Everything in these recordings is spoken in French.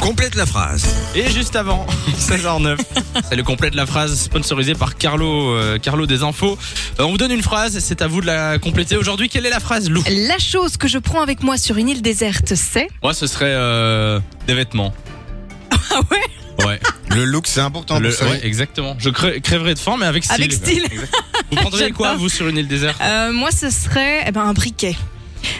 Complète la phrase. Et juste avant, 16h09, ça le complète la phrase sponsorisée par Carlo, euh, Carlo des infos. Euh, on vous donne une phrase, c'est à vous de la compléter. Aujourd'hui, quelle est la phrase, Lou La chose que je prends avec moi sur une île déserte, c'est. Moi, ce serait euh, des vêtements. Ah ouais Ouais, Le look, c'est important. Le- vous savez. ouais, exactement. Je cré- crèverais de faim, mais avec style. Avec style. Vous prendriez quoi, J'adore. vous, sur une île déserte Euh, moi, ce serait eh ben, un briquet.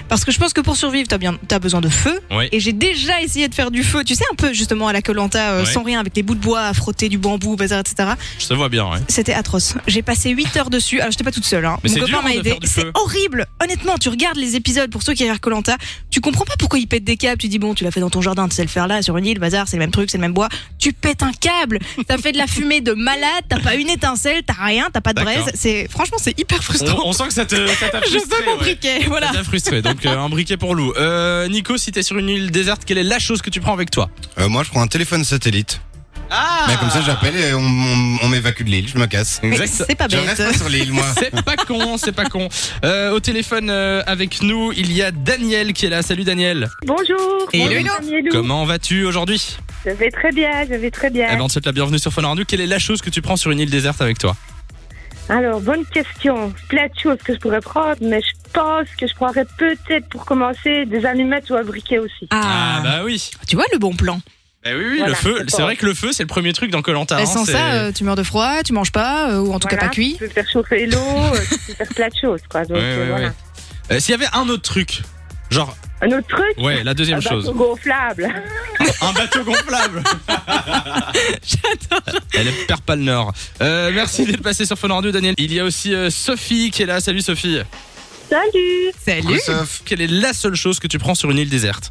Parce que je pense que pour survivre, t'as bien, t'as besoin de feu. Oui. Et j'ai déjà essayé de faire du feu, tu sais, un peu justement à la Colanta, euh, Ouais. sans rien, avec des bouts de bois à frotter, du bambou, bazar, etc. Je te vois bien, ouais. C'était atroce. J'ai passé 8 heures dessus. Alors, j'étais pas toute seule. Hein. Mais Mon c'est copain dur, m'a hein, de aidé. faire du feu. C'est horrible. Honnêtement, tu regardes les épisodes pour ceux qui regardent Colanta. Tu comprends pas pourquoi ils pètent des câbles. Tu dis, bon, tu l'as fait dans ton jardin, tu sais le faire là, sur une île, bazar, c'est le même truc, c'est le même bois. Tu pètes un câble. T'as fait de la fumée de malade. T'as pas une étincelle. T'as rien. T'as pas de D'accord. braise. C'est, franchement, c'est hyper On, frustrant. on sent que ça te- ça t'a Je frustré. veux mon ouais. briquet. Ça Voilà. t'a frustré. Donc, euh, un briquet pour Lou. Euh, Nico, si t'es sur une île déserte, quelle est la chose que tu prends avec toi Euh, moi, je prends un téléphone satellite. Ah Mais comme ça, j'appelle et on, on- on m'évacue de l'île. Je me casse. Mais Exact. C'est pas Je bête. reste pas sur l'île, moi. C'est pas con, c'est pas con. Euh, au téléphone euh, avec nous, il y a Daniel qui est là. Salut Daniel. Bonjour. Et bonjour, Hello. Samy et Lou. Comment vas-tu aujourd'hui Je vais très bien, je vais très Eh bien. ben, on te souhaite la bienvenue sur Fun Radio. Quelle est la chose que tu prends sur une île déserte avec toi Alors, bonne question. Plein de choses que je pourrais prendre, mais je pense que je prendrais peut-être pour commencer des allumettes ou un briquet aussi. Ah, bah oui. tu vois le bon plan. Bah oui, oui, le Voilà, feu. c'est C'est bon. vrai que le feu, c'est le premier truc dans hein, Colanta. Bah, sans ça, euh, tu meurs de froid, tu manges pas, euh, ou en tout cas Voilà, pas cuit. Tu peux faire chauffer l'eau, euh, tu peux faire plein de choses. Quoi. Donc, Ouais, euh, ouais, voilà. ouais. Euh, S'il y avait un autre truc, genre, Un autre truc Ah bah, ouais, la deuxième un bateau chose, gonflable. un bateau gonflable. Elle perd pas le nord. Euh, merci d'être passé sur Fun Radio, Daniel. Il y a aussi euh, Sophie qui est là. Salut Sophie. Salut Salut. Christophe. Quelle est la seule chose que tu prends sur une île déserte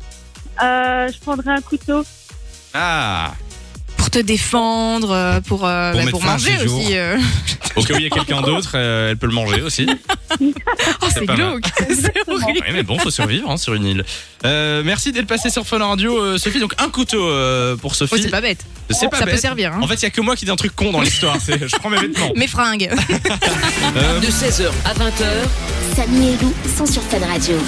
Euh, Je prendrais un couteau. Ah. Pour te défendre, euh, pour, euh, Pour bah, mettre pour fin à manger ses jours. aussi. euh. Au cas où il y a quelqu'un d'autre, euh, elle peut le manger aussi. Oh, C'est c'est pas mal. glauque. C'est horrible. Ouais, mais bon, faut survivre hein, sur une île. Euh, merci d'être passé sur Fun Radio, euh, Sophie. Donc un couteau euh, pour Sophie. Oh, c'est pas bête. C'est pas ça peut bête. servir. hein. En fait, il y a que moi qui dis un truc con dans l'histoire. C'est, je prends mes vêtements. Mes fringues. Euh, De 16h à 20h, Samy et Lou sont sur Fan Radio.